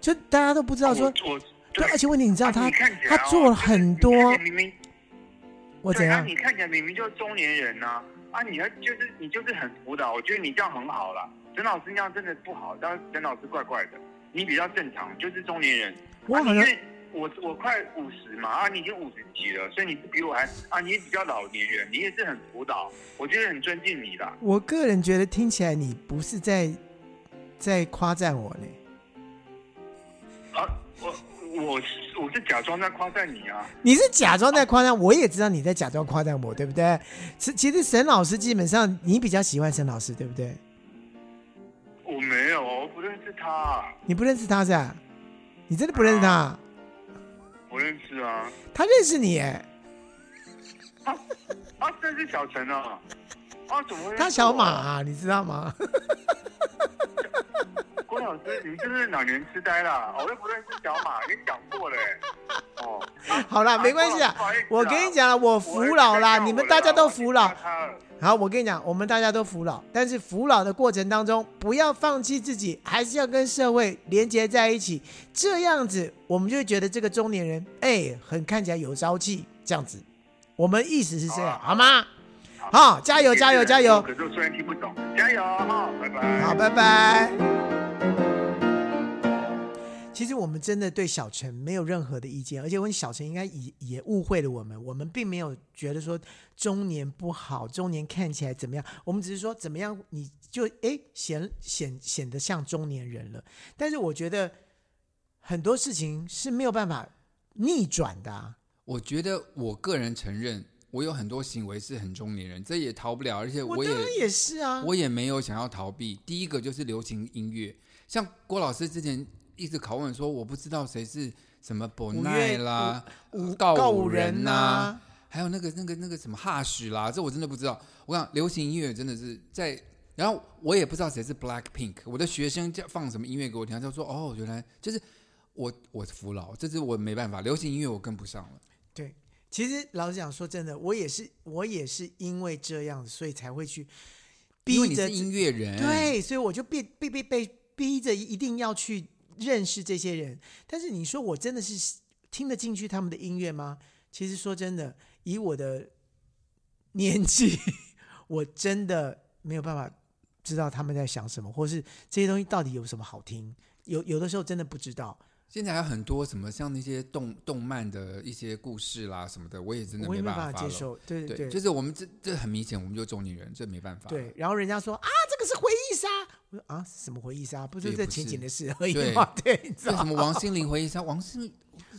就大家都不知道说，
哦我我
对，
对
而且问题你知道
啊
他
你看起来
他
哦
做了很多
你，看起来明明
我怎
对啊
样？
你看起来明明就是中年人呐、啊，你还就是你就是很辅导，我觉得你这样很好啦。沈老师那样真的不好，但是沈老师怪怪的，你比较正常，就是中年人。
我
啊
好
你
像
是我我快五十嘛，啊，你已经五十几了，所以你是比我还啊，你也比较老年人，你也是很辅导，我觉得很尊敬你啦。
我个人觉得听起来你不是在在夸赞我呢，
啊，我我是我是假装在夸赞你啊，
你是假装在夸赞，我也知道你在假装夸赞我，对不对？是其实沈老师基本上你比较喜欢沈老师，对不对？
我没有，啊我不认识他、啊
你不认识他是吧？你真的不认识他？
我认识啊，
他认识你耶，
啊，这是小陈啊，啊，怎么会认识我
他小马、啊，你知道吗？
郭老师，你是不是老年痴呆啦？我又不认识小 马，你讲过了、欸。哦，
好啦，没关系
啊不好意思啊
我跟你讲了，我
我
服老啦，
我
你们大家都服老
我已经。看到他了
好，我跟你讲，我们大家都服老，但是服老的过程当中，不要放弃自己，还是要跟社会连接在一起。这样子，我们就会觉得这个中年人，哎，很看起来有朝气。这样子，我们意思是这样，
好啊
好吗？
好
好，加油，加油，加油！
可是我虽然听不懂，加油哈、拜拜。
好，拜拜。其实我们真的对小陈没有任何的意见，而且我跟小陈应该也也误会了我们，我们并没有觉得说中年不好，中年看起来怎么样，我们只是说怎么样你就诶显显显得像中年人了。但是我觉得很多事情是没有办法逆转的、啊，
我觉得我个人承认，我有很多行为是很中年人，这也逃不了，而且
我
也
当然也是啊，
我也没有想要逃避。第一个就是流行音乐，像郭老师之前一直拷问说，我不知道谁是什么博奈啦、呃
五
告
告
五啊
五人啊
呐、
呐
还有那个那个那个什么哈许啦，这我真的不知道。我想流行音乐真的是在，然后我也不知道谁是 Black Pink，我的学生叫放什么音乐给我听，他就说哦，原来就是我我服老，这是我没办法，流行音乐我跟不上了。
对，其实老实讲，说真的，我也是，我也是因为这样，所以才会去
因为
逼
你
着
是
自
音乐人，，
对，所以我就被被被被逼着一定要去认识这些人。但是你说我真的是听得进去他们的音乐吗？其实说真的，以我的 年纪， 我真的没有办法知道他们在想什么，或是这些东西到底有什么好听。有有的时候真的不知道，
现在还有很多什么像那些动动漫的一些故事啦什么的，我也真的
我也没
办
办
法
法接
follow。
受。对
对，
对
就是我们这这很明显，我们就中年人，这没办法。
对，然后人家说啊，这个是回忆杀，我说啊，什么回忆杀？不就
这也
这
不
情
是
景的事而已
对
嘛？ 对，你知
像
道
什么王心凌回忆杀，王心凌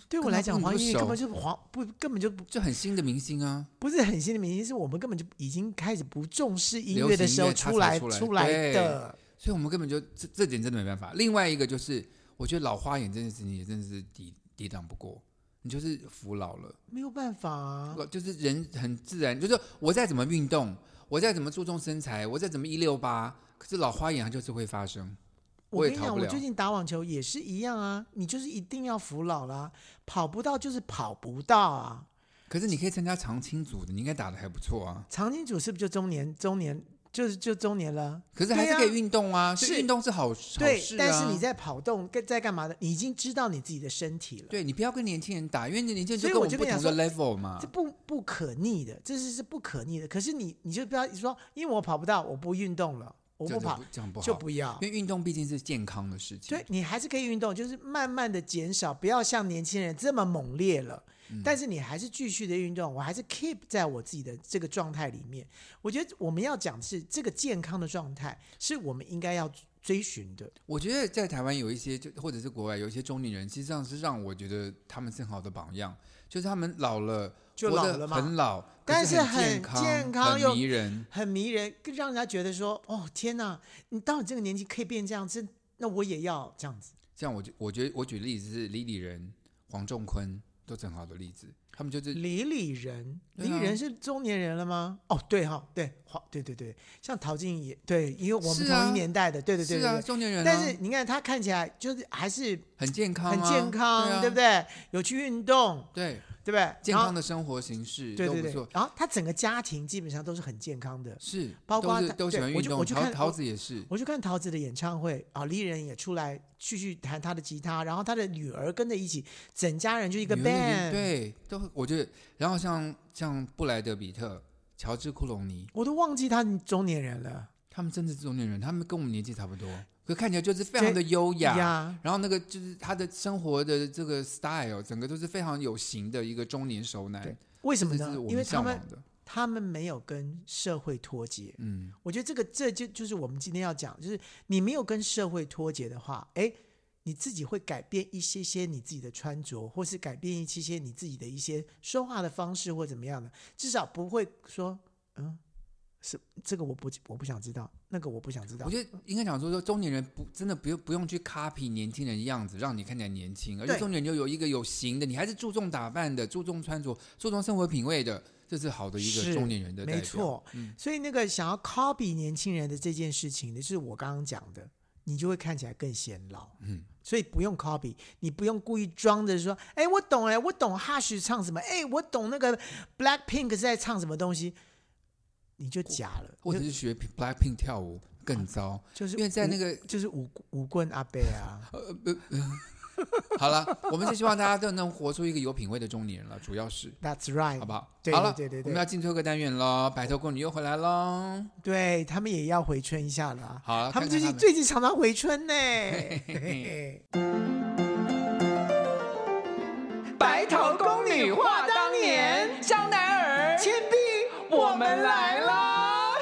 对我
跟
来
他
讲，
根本
黄
不
英玉根
熟
本就是黄不根本就不
就很新的明星啊，
不是很新的明星，是我们根本就已经开始不重视音
流
乐的
行
时
乐
候
它
出
才
来
出来
出来
对
的。
所以我们根本就这这点真的没办法。另外一个就是，我觉得老花眼这件事情也真的是抵抵挡不过，你就是服老了，
没有办法、啊，
老就是人很自然，就是我再怎么运动，我再怎么注重身材，我再怎么一六八，可是老花眼它就是会发生。
我
我也
跟你
逃
讲，
不
我
了
最近打网球也是一样啊，你就是一定要服老啦，跑不到就是跑不到啊。
可是你可以参加长青组的，你应该打的还不错啊。
长青组是不是就中年中年就是就中年了？
可是还
对
是
啊
可以运动啊，所以
是
运动是好好事啊。
对，但是你在跑动跟在干嘛的？你已经知道你自己的身体了，
对你不要跟年轻人打，因为年轻人就
所以我
跟们
就
不
跟你
同的
讲
level 嘛
这。不不可逆的，这是是不可逆的。可是你你就不要说，因为我跑不到，我不运动了，我
这
不
样就
跑
这样不好，
就不要。
因为嗯运动毕竟是健康的事情。
对，你还是可以运动，就是慢慢的减少，不要像年轻人这么猛烈了。
嗯
但是你还是继续的运动，我还是 keep 在我自己的这个状态里面。我觉得我们要讲的是这个健康的状态，是我们应该要追寻的。
我觉得在台湾有一些，就或者是国外有一些中年人，其实上是让我觉得他们是很好的榜样，就是他们老了，
就
活
老
得
了嘛
很老，
但
是
是很
健康，
健康又
很迷人。
很迷人，更让人家觉得说，哦天哪，你到你这个年纪可以变这样，真那我也要这样子。
像我就，我觉得我举例子是李李仁、黄仲坤都是很好的例子，他们就是
李李仁，
对
李
啊
李仁是中年人了吗？哦，对哈、对，黄，对对对，像陶晶莹也对，因为我们
是啊
同一年代的，对对对对
是啊，
对
中年人啊、
但是你看他看起来就是还是
很健康、啊，
很健康，
对,、啊、
对不？对？有去运动，
对，
对不对？
健康
的，
的生活形式
对
都
对
不
对
错。。
然后他整个家庭基本上都是很健康的。
是，
包括
都是
他
都喜
对
欢
我
运
就
动，
我就
桃
看
桃
我
子也是，
我去看陶子的演唱会啊，李仁也出来继续弹他的吉他，然后他的女儿跟着一起，整家人就一个
女儿那
band。
边，对，都会我觉得，然后像像布莱德比特、乔治库隆尼，
我都忘记他中年人了。
他们真的是中年人，他们跟我们年纪差不多，可看起来就是非常的
对
优雅。
呀，
然后那个就是他的生活的这个 style，整个都是非常有型的一个中年熟男
对，为什
这
么呢
是？我
因为他
向
们
往的。
他们没有跟社会脱节。
嗯，
我觉得这个这就就是我们今天要讲，就是你没有跟社会脱节的话，哎，你自己会改变一些些你自己的穿着，或是改变一些些你自己的一些说话的方式或怎么样的，至少不会说嗯。是这个我不我不想知道，那个我不想知道
我。觉得应该讲说说中年人不真的不用不用去 copy 年轻人的样子，让你看起来年轻，而且
对
中年人就有一个有型的，你还是注重打扮的，注重穿着，注重生活品味的，这是好的一个
是
中年人的代表。嗯
没错，所以那个想要 copy 年轻人的这件事情，就是我刚刚讲的，你就会看起来更显老。
嗯，
所以不用 copy，你不用故意装着说，哎，我懂哎，我懂 Hush 唱什么，哎，我懂那个 Black Pink 是在唱什么东西，你就假了，
或者
你
是学 Blackpink 跳舞更糟，
就就是
因为在那
武
个
就是舞舞棍阿贝 啊，
好了，我们是希望大家都能活出一个有品味的中年人了，主要是
That's right，
好不？好？
嗯对
好了，
对对对啊
我们要进最后一个单元喽，白头宫女又回来喽。
对他们也要回春一下了啊，
好啊
他们最
看看他
近
们
最近常常回春呢。嘿嘿嘿
白头宫女话当年，香奈儿、
铅笔，
我们来 啦！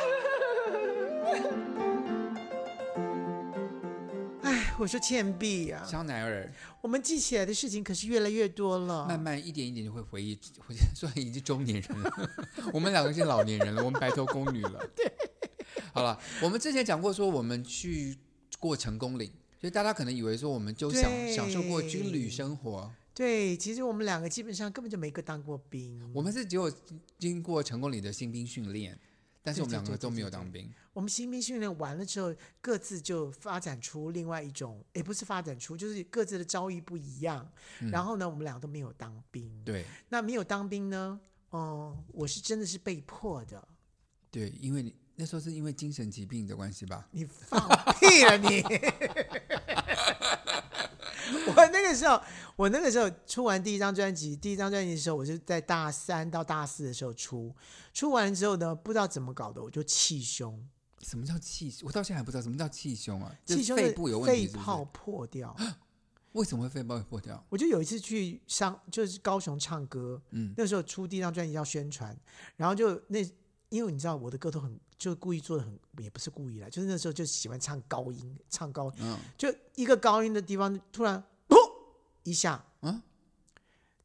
哎，我说倩碧啊，
香奈儿
我们记起来的事情可是越来越多了。
慢慢一点一点就会回忆， 回虽然已经中年人了， 我们两个是老年人了，我们白头宫女了。对，好了，我们之前讲过说我们去过成功岭，所以大家可能以为说我们就享
对
享受过军旅生活，
对，其实我们两个基本上根本就没个当过兵，
我们是只有经过成功里的新兵训练，但是我们
对对
两
对
个都
对
没有
对
当兵。
我们新兵训练完了之后，各自就发展出另外一种，也不是发展出，就是各自的遭遇不一样。然后呢，我们俩都没有当兵。
嗯对
那没有当兵呢？嗯，我是真的是被迫的。
对，因为你那时候是因为精神疾病的关系吧？
你放屁了你！ 我那个时候，我那个时候出完第一张专辑，第一张专辑的时候，我是在大三到大四的时候出，出完之后呢，不知道怎么搞的，我就气胸，
什么叫气？我到现在还不知道什么叫气胸啊？就
气胸
肺
的
部有问题
肺
是不是
泡破掉。
为什么会肺泡会破掉？
我就有一次去上，就是高雄唱歌，
嗯
那时候出第一张专辑要宣传，然后就那，因为你知道我的歌都很，就故意做的很，也不是故意啦，就是那时候就喜欢唱高音，唱高，
嗯
就一个高音的地方突然噗一下，
嗯，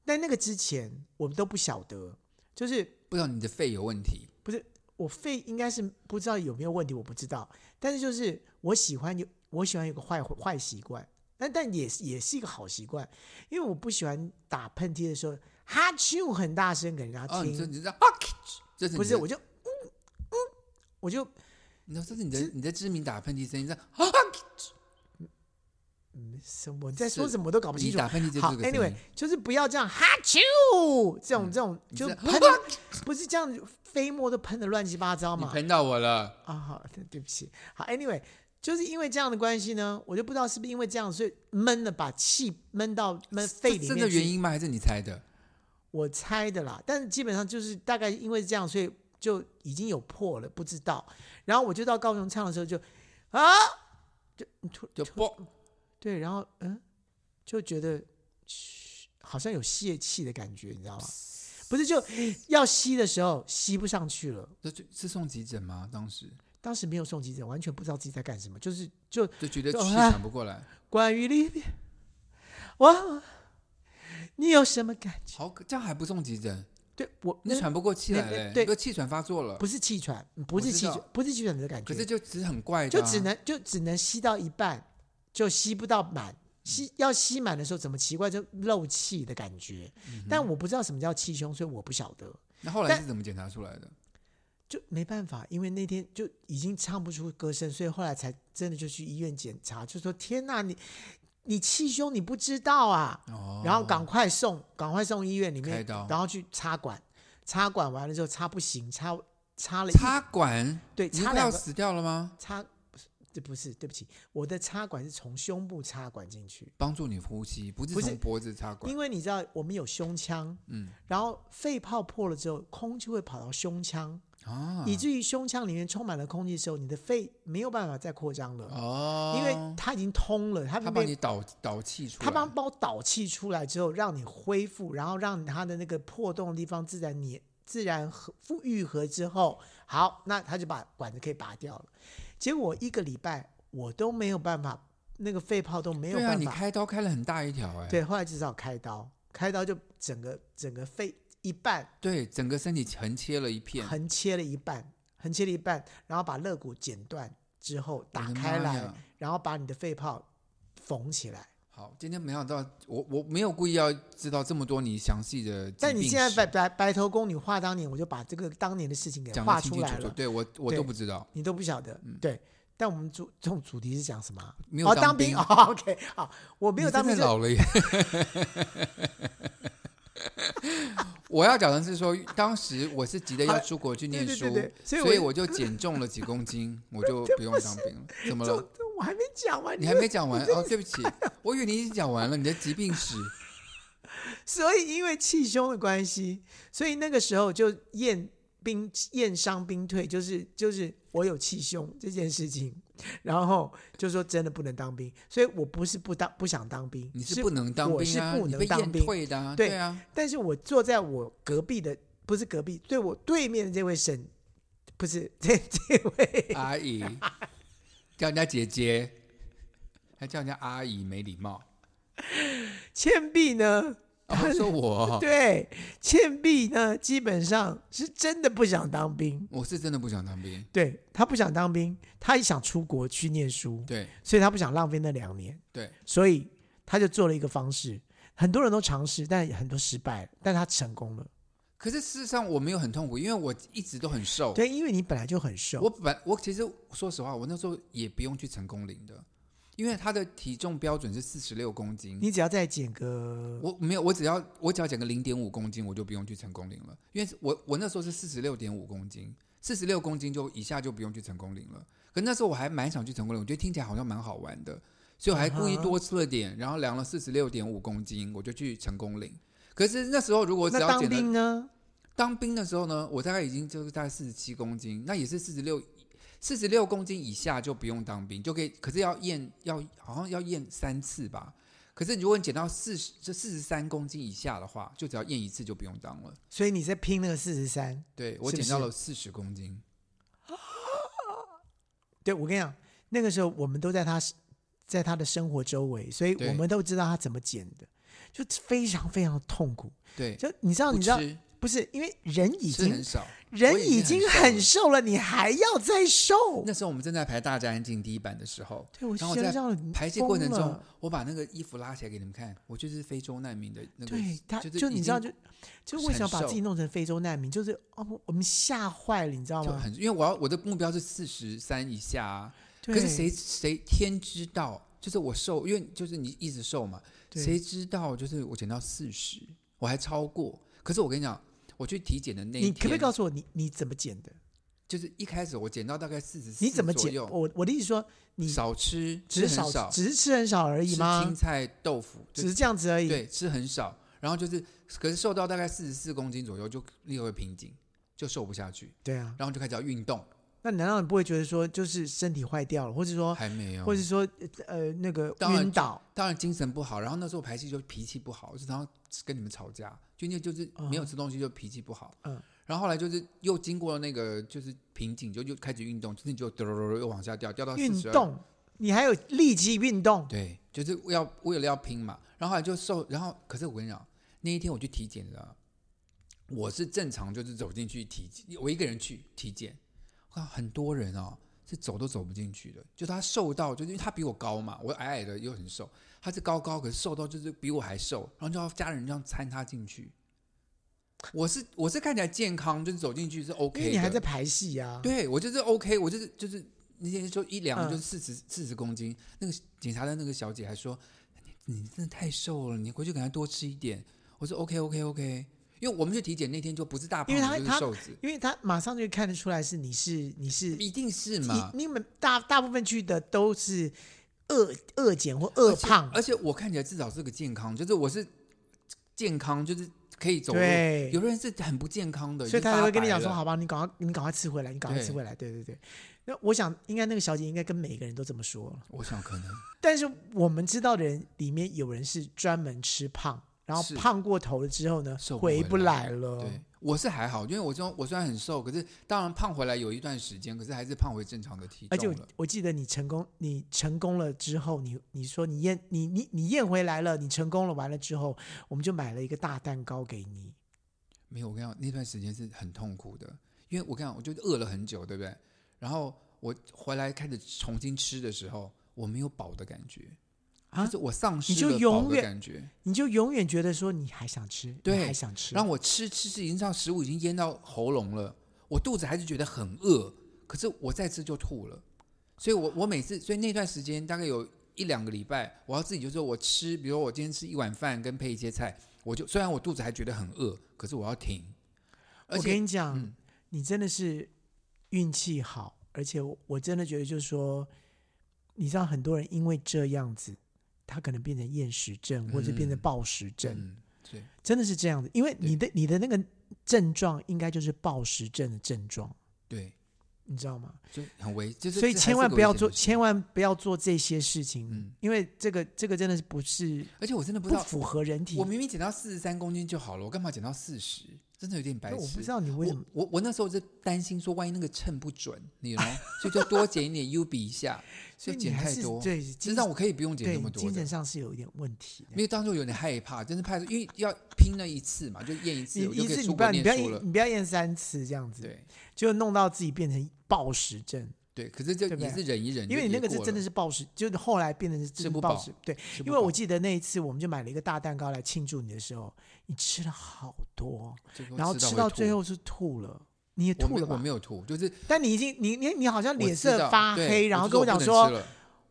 但那个之前我们都不晓得，就是
不知道你的肺有问题。
不是我肺应该是不知道有没有问题，我不知道，但是就是我喜欢有我喜欢有个坏坏习惯，但但也是也是一个好习惯，因为我不喜欢打喷嚏的时候哈啾很大声给人家
哦，你说
听，
你知道，这是你
不是
的
我就嗯嗯，我就
你说这是你的你的知名打喷嚏声音，你知道啊
什么你在说
是
什么我都搞不清
你
楚。
打喷嚏就是
好
这个声音嗯
，anyway，就是不要这样哈啾这种这种，就
你知道
喷不是这样子飞沫都喷的乱七八糟
你
嘛。
喷到我了。
啊，好，对 对不起。好，anyway，就是因为这样的关系呢，我就不知道是不是因为这样，所以闷了，把气闷到闷肺里
这
面
真的
去
原，因吗？还是你猜的？
我猜的啦。但是基本上就是大概因为这样，所以就已经有破了，不知道。然后我就到高雄唱的时候就啊，就突
就啵，
对，然后嗯，就觉得嘘好像有泄气的感觉，你知道吗？不是就要吸的时候吸不上去了。
这就是送急诊吗？当时
当时没有送急诊，完全不知道自己在干什么，就是就
就觉得
就
气
啊
喘不过来，
关于离别，我你有什么感觉？
好可，这样还不送急诊，
对我
你喘不过气来
那那
嘞，
对
你都气喘发作了
不。是气喘，不是气
我知
喘
道，
不是气喘的感觉，
可是就只是很怪的
就
啊，
只能就只能吸到一半，就吸不到满。吸要吸满的时候，怎么奇怪就漏气的感觉，但我不知道什么叫气胸，所以我不晓得，
那后来
但
是怎么检查出来的？
就没办法，因为那天就已经唱不出歌声，所以后来才真的就去医院检查，就说天呐，你你气胸你不知道啊，
哦，
然后赶快送，赶快送医院里面，
开刀
然后去插管，插管完了之后插不行，插插了一
插管，
对
你
插
快
两
要
个
死掉了吗？
插，不是这不是对不起，我的插管是从胸部插管进去，
帮助你呼吸，不是
不是
从脖子插管
因。为你知道我们有胸腔，
嗯
然后肺泡破了之后，空气会跑到胸腔，
啊，
以至于胸腔里面充满了空气的时候，你的肺没有办法再扩张了，
哦，
因为它已经通了，它
他
被
帮你导导气出来，
他帮帮我导气出来之后，让你恢复，然后让它的那个破洞的地方自然粘、自然合复愈合之后，好，那他就把管子可以拔掉了。结果我一个礼拜我都没有办法，那个肺泡都没有
对啊，
办
你
法。
开刀开了很大一条哎、
对后来就只好开刀，开刀就整个整个肺一半
对整个身体横切了一片，
横切了一半，横切了一半，然后把肋骨剪断之后打
的妈
开来
呀，
然后把你的肺泡缝起来。
好，今天没想到我我没有故意要知道这么多你详细的疾病史，
但你现在白白白头宫女话当年，我就把这个当年的事情给
讲
画
的清
出
清
来
楚楚，
了，
对我我
对
都不知道，
你都不晓得。对，但我们主这种主题是讲什么啊？
没有
哦，
当
当
兵
哦。OK，好，我没
没
有当兵就，
老了耶。 我要讲的是说，当时我是急着要出国去念书，
对对对对所以我
所以我就减重了几公 斤，我就不用当兵了。怎么
这
了？
这我还没讲完，
你还没讲完哦，对 不起，我以为你已经讲完了你的疾病史。
所以因为气胸的关系，所以那个时候就验兵验伤兵退，就是就是我有气胸这件事情，然后就说真的不能当兵，所以我不是不当不想当兵，
你是不能当
我是
兵啊，
不
你被
能当
验
兵。
退的、啊，
对
啊，
但是我坐在我隔壁的，不是隔壁，对我对面的这位婶，不是 这这位，
阿姨叫人家姐姐，还叫人家阿姨没礼貌。
倩碧呢？
哦，说我，
对，倩碧呢，基本上是真的不想当兵，
我是真的不想当兵。
对她不想当兵，她也想出国去念书，
对
所以她不想浪费那两年，
对，
所以她就做了一个方式，很多人都尝试，但很多失败了，但他成功了。
哦可是事实上我没有很痛苦，因为我一直都很瘦。
对，因为你本来就很瘦，
我本我其实说实话，我那时候也不用去成功岭的，因为他的体重标准是四十六公斤。
你只要再减个，
我没有，我只要我只要减个零点五公斤，我就不用去成功岭了，因为我我那时候是四十六点五公斤，四十六公斤就一下就不用去成功岭了。可那时候我还蛮想去成功岭，我觉得听起来好像蛮好玩的，所以我还故意
啊哈
多吃了点，然后量了四十六点五公斤，我就去成功岭。可是那时候如果我只
那
要
当
减了
兵呢？
当兵的时候呢，我大概已经就是大概四十七公斤，那也是四十六，四十六公斤以下就不用当兵，就可以，可是要验要好像要验三次吧。可是如果你减到四十这四十三公斤以下的话，就只要验一次就不用当了。
所以你在拼那个四十三。
对我
是不
减
是
到了四十公斤，
对我跟你讲，那个时候我们都在他在他的生活周围，所以
对
我们都知道他怎么减的，就非常非常痛苦。
对，
就你知道，
不
你知道，
吃
不是因为人已
吃
经
很少，我
人已经
瘦
很
了
瘦了，你还要再瘦？
那时候我们正在排大战进第一版的时候，
对我
然后
觉得
在
这样很
排泄过程
疯
中
了，
我把那个衣服拉起来给你们看，我就是非洲难民的那个，
对他，
就是
就
已
你知道，
经
就就为什么
很
把
瘦
自己弄成非洲难民？就是哦，我们吓坏了，你知道
就
吗？
很，因为我要我的目标是四十三以下、啊，可
对
是谁谁天知道，就是我瘦，因为就是你一直瘦嘛，
对
谁知道就是我减到四十，我还超过。可是我跟你讲，我去体检的那一
你
天，
可不可以告诉我你你怎么减的？
就是一开始我减到大概四十，
你怎么减？
右，
我我的意思说，你
少吃，
只是
吃很
少
少，
只是吃很少而已
吃
吗
青？菜豆腐，就
只是这样子而已。
对，吃很少，然后就是，可是瘦到大概四十四公斤左右就立刻瓶颈，就瘦不下去，
对啊，
然后就开始要运动，
那难道你不会觉得说，就是身体坏掉了，或者说，
还没有，
或者说呃那个
当然
晕倒？
当然精神不好，然后那时候排气就脾气不好，就常常跟你们吵架，就因为就是没有吃东西就脾气不好。
嗯，
然后后来就是又经过那个就是瓶颈，就又开始运动，就是你就嘟嘟嘟嘟又往下掉，掉到
运
四十二。
动，你还有力气运动？
对，就是要为了要拼嘛，然后后来就瘦，然后可是我跟你讲，那一天我去体检了，我是正常就是走进去体检，我一个人去体检，我看很多人哦是走都走不进去的，就他瘦到就是因为他比我高嘛，我矮矮的又很瘦，他是高高，可是瘦到就是比我还瘦，然后就要家人这样搀他进去。我是我是看起来健康，就是走进去是 OK
因
的。
为你还在排戏啊。
对我就是 OK，我就是就是那天说一量
嗯
就是四十四十公斤，那个警察的那个小姐还说你你真的太瘦了，你回去给她多吃一点。我说 OK OK OK，因为我们去体检那天就不是大
因
胖
为他
子就
他
是瘦子，
因为他马上就看得出来是你是你是
一定是
你
嘛。
你们大大部分去的都是恶恶减或恶
而且
胖，
而且我看起来至少是个健康，就是我是健康，就是可以走路。
对
有的人是很不健康的，
所以
已经
他才
发
会跟你
白
讲说，
了
好吧，你赶快你赶快吃回来，你赶快
对
吃回来。对对对，那我想应该那个小姐应该跟每个人都这么说，
我想可能
但是我们知道的人里面有人是专门吃胖，然后
是
胖过头了之后呢，
瘦不
回
回
不
来
来了。
对，我是还好，因为我说我虽然很瘦，可是当然胖回来有一段时间，可是还是胖回正常的体
而且
重
我
了。
我记得你成功，你成功了之后，你你说你验你你你验回来了，你成功了，完了之后，我们就买了一个大蛋糕给你。
没有，我跟你讲，那段时间是很痛苦的，因为我跟你讲，我就饿了很久，对不对？然后我回来开始重新吃的时候，我没有饱的感觉，
啊
就是我丧
你
失
就
了
永
饱的
远
感觉。
你就永远觉得说你还想吃，你
对
还想吃，
然后我吃吃吃，已经让食物已经淹到喉咙了，我肚子还是觉得很饿，可是我再吃就吐了。所以我我每次，所以那段时间大概有一两个礼拜，我要自己就说我吃，比如我今天吃一碗饭跟配一些菜，我就虽然我肚子还觉得很饿，可是我要停。而
我
且
跟你讲，
嗯
你真的是运气好，而且我我真的觉得就是说，你知道很多人因为这样子，他可能变成厌食症，或者变成
嗯
暴食症，
嗯，对。
真的是这样子，因为你的你的那个症状应该就是暴食症的症状，
对，
你知道吗？
就很危，就是
所以
这还
千
是
万
个
不要
危险
做，
的事
千万不要做这些事情，
嗯
因为这个这个真的是不是
而且我真的不知
不
道，
符合人体
我。明明减到四十三公斤就好了，我干嘛减到四十？真的有点白
那
痴。
我不知道你为什么
我，我我那时候就担心说，万一那个秤不准，你 懂吗，所以就多减一点 U 比一下，
所以
就
你
减
还
太
是
多。
对
实际
精
上我可以不用减
对
这么多
精神
的，
上是有一点问题的
因。为当时我有点害怕，真的怕，因为要拼了一次嘛，就验一次，
你
我就
一次
可以
你
出
不要
国
你
念
不要
书
一
了。
你不要验三次这样子，
对
就弄到自己变成暴食症。
对，可是这
对不对
也是忍一忍就
因为你那个是
嗯也过了
真的是暴食，就是后来变成是
吃不
暴
饱
食。对，
吃不
因为我
饱
记得那一次，我们就买了一个大蛋糕来庆祝你的时候，你吃了好多，
这个
然后
吃到
吃到
会吐
最后是吐了，你也
我没
吐了
有
吧？
我没有吐，就是
但你已经你你你好像
我
脸
知
色
道
发
对
黑，
我
然后
就
跟
说
我
我
讲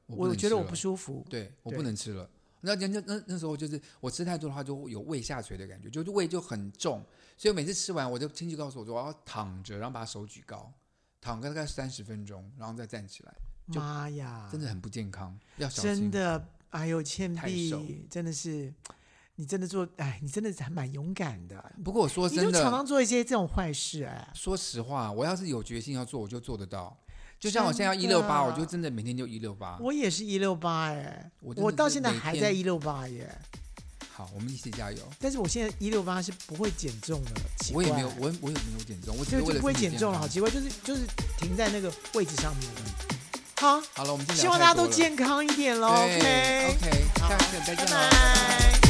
不
说，我
能吃了能
觉
吃
得我
了
不舒服。
对我
对
不能吃了。那那那那那时候就是我吃太多的话，就有胃下垂的感觉，就是胃就很重，所以每次吃完，我就亲戚告诉我说我要躺着，然后把手举高，躺个大概三十分钟，然后再站起来，就
妈呀，
真的很不健康，要小心。
啊真的，哎呦，倩
太瘦
碧真的是，你真的做，哎，你真的还蛮勇敢的，
不过我说
你就
真
常
的，
常做一些这种坏事哎。
说实话，我要是有决心要做，我就做得到。就像我现在要一
真的
六八，我就真的每天就一六八。
我也是一六八哎，
啊我真的
我到
是
现在
每
还
天
在一六八耶，
好，我们一起加油。
但是我现在一六八是不会减重的，奇
我
怪，
也没有，我我也没有减重，我只
就是就
为了
不会
身体
减重了，
健
好
康
奇怪，就是就是停在那个位置上面了。好，
好了，我们今天
希
聊
望
太
大家都
多了
健康一点喽
对
，OK，
OK，
好
下次再
拜
见喽。
拜。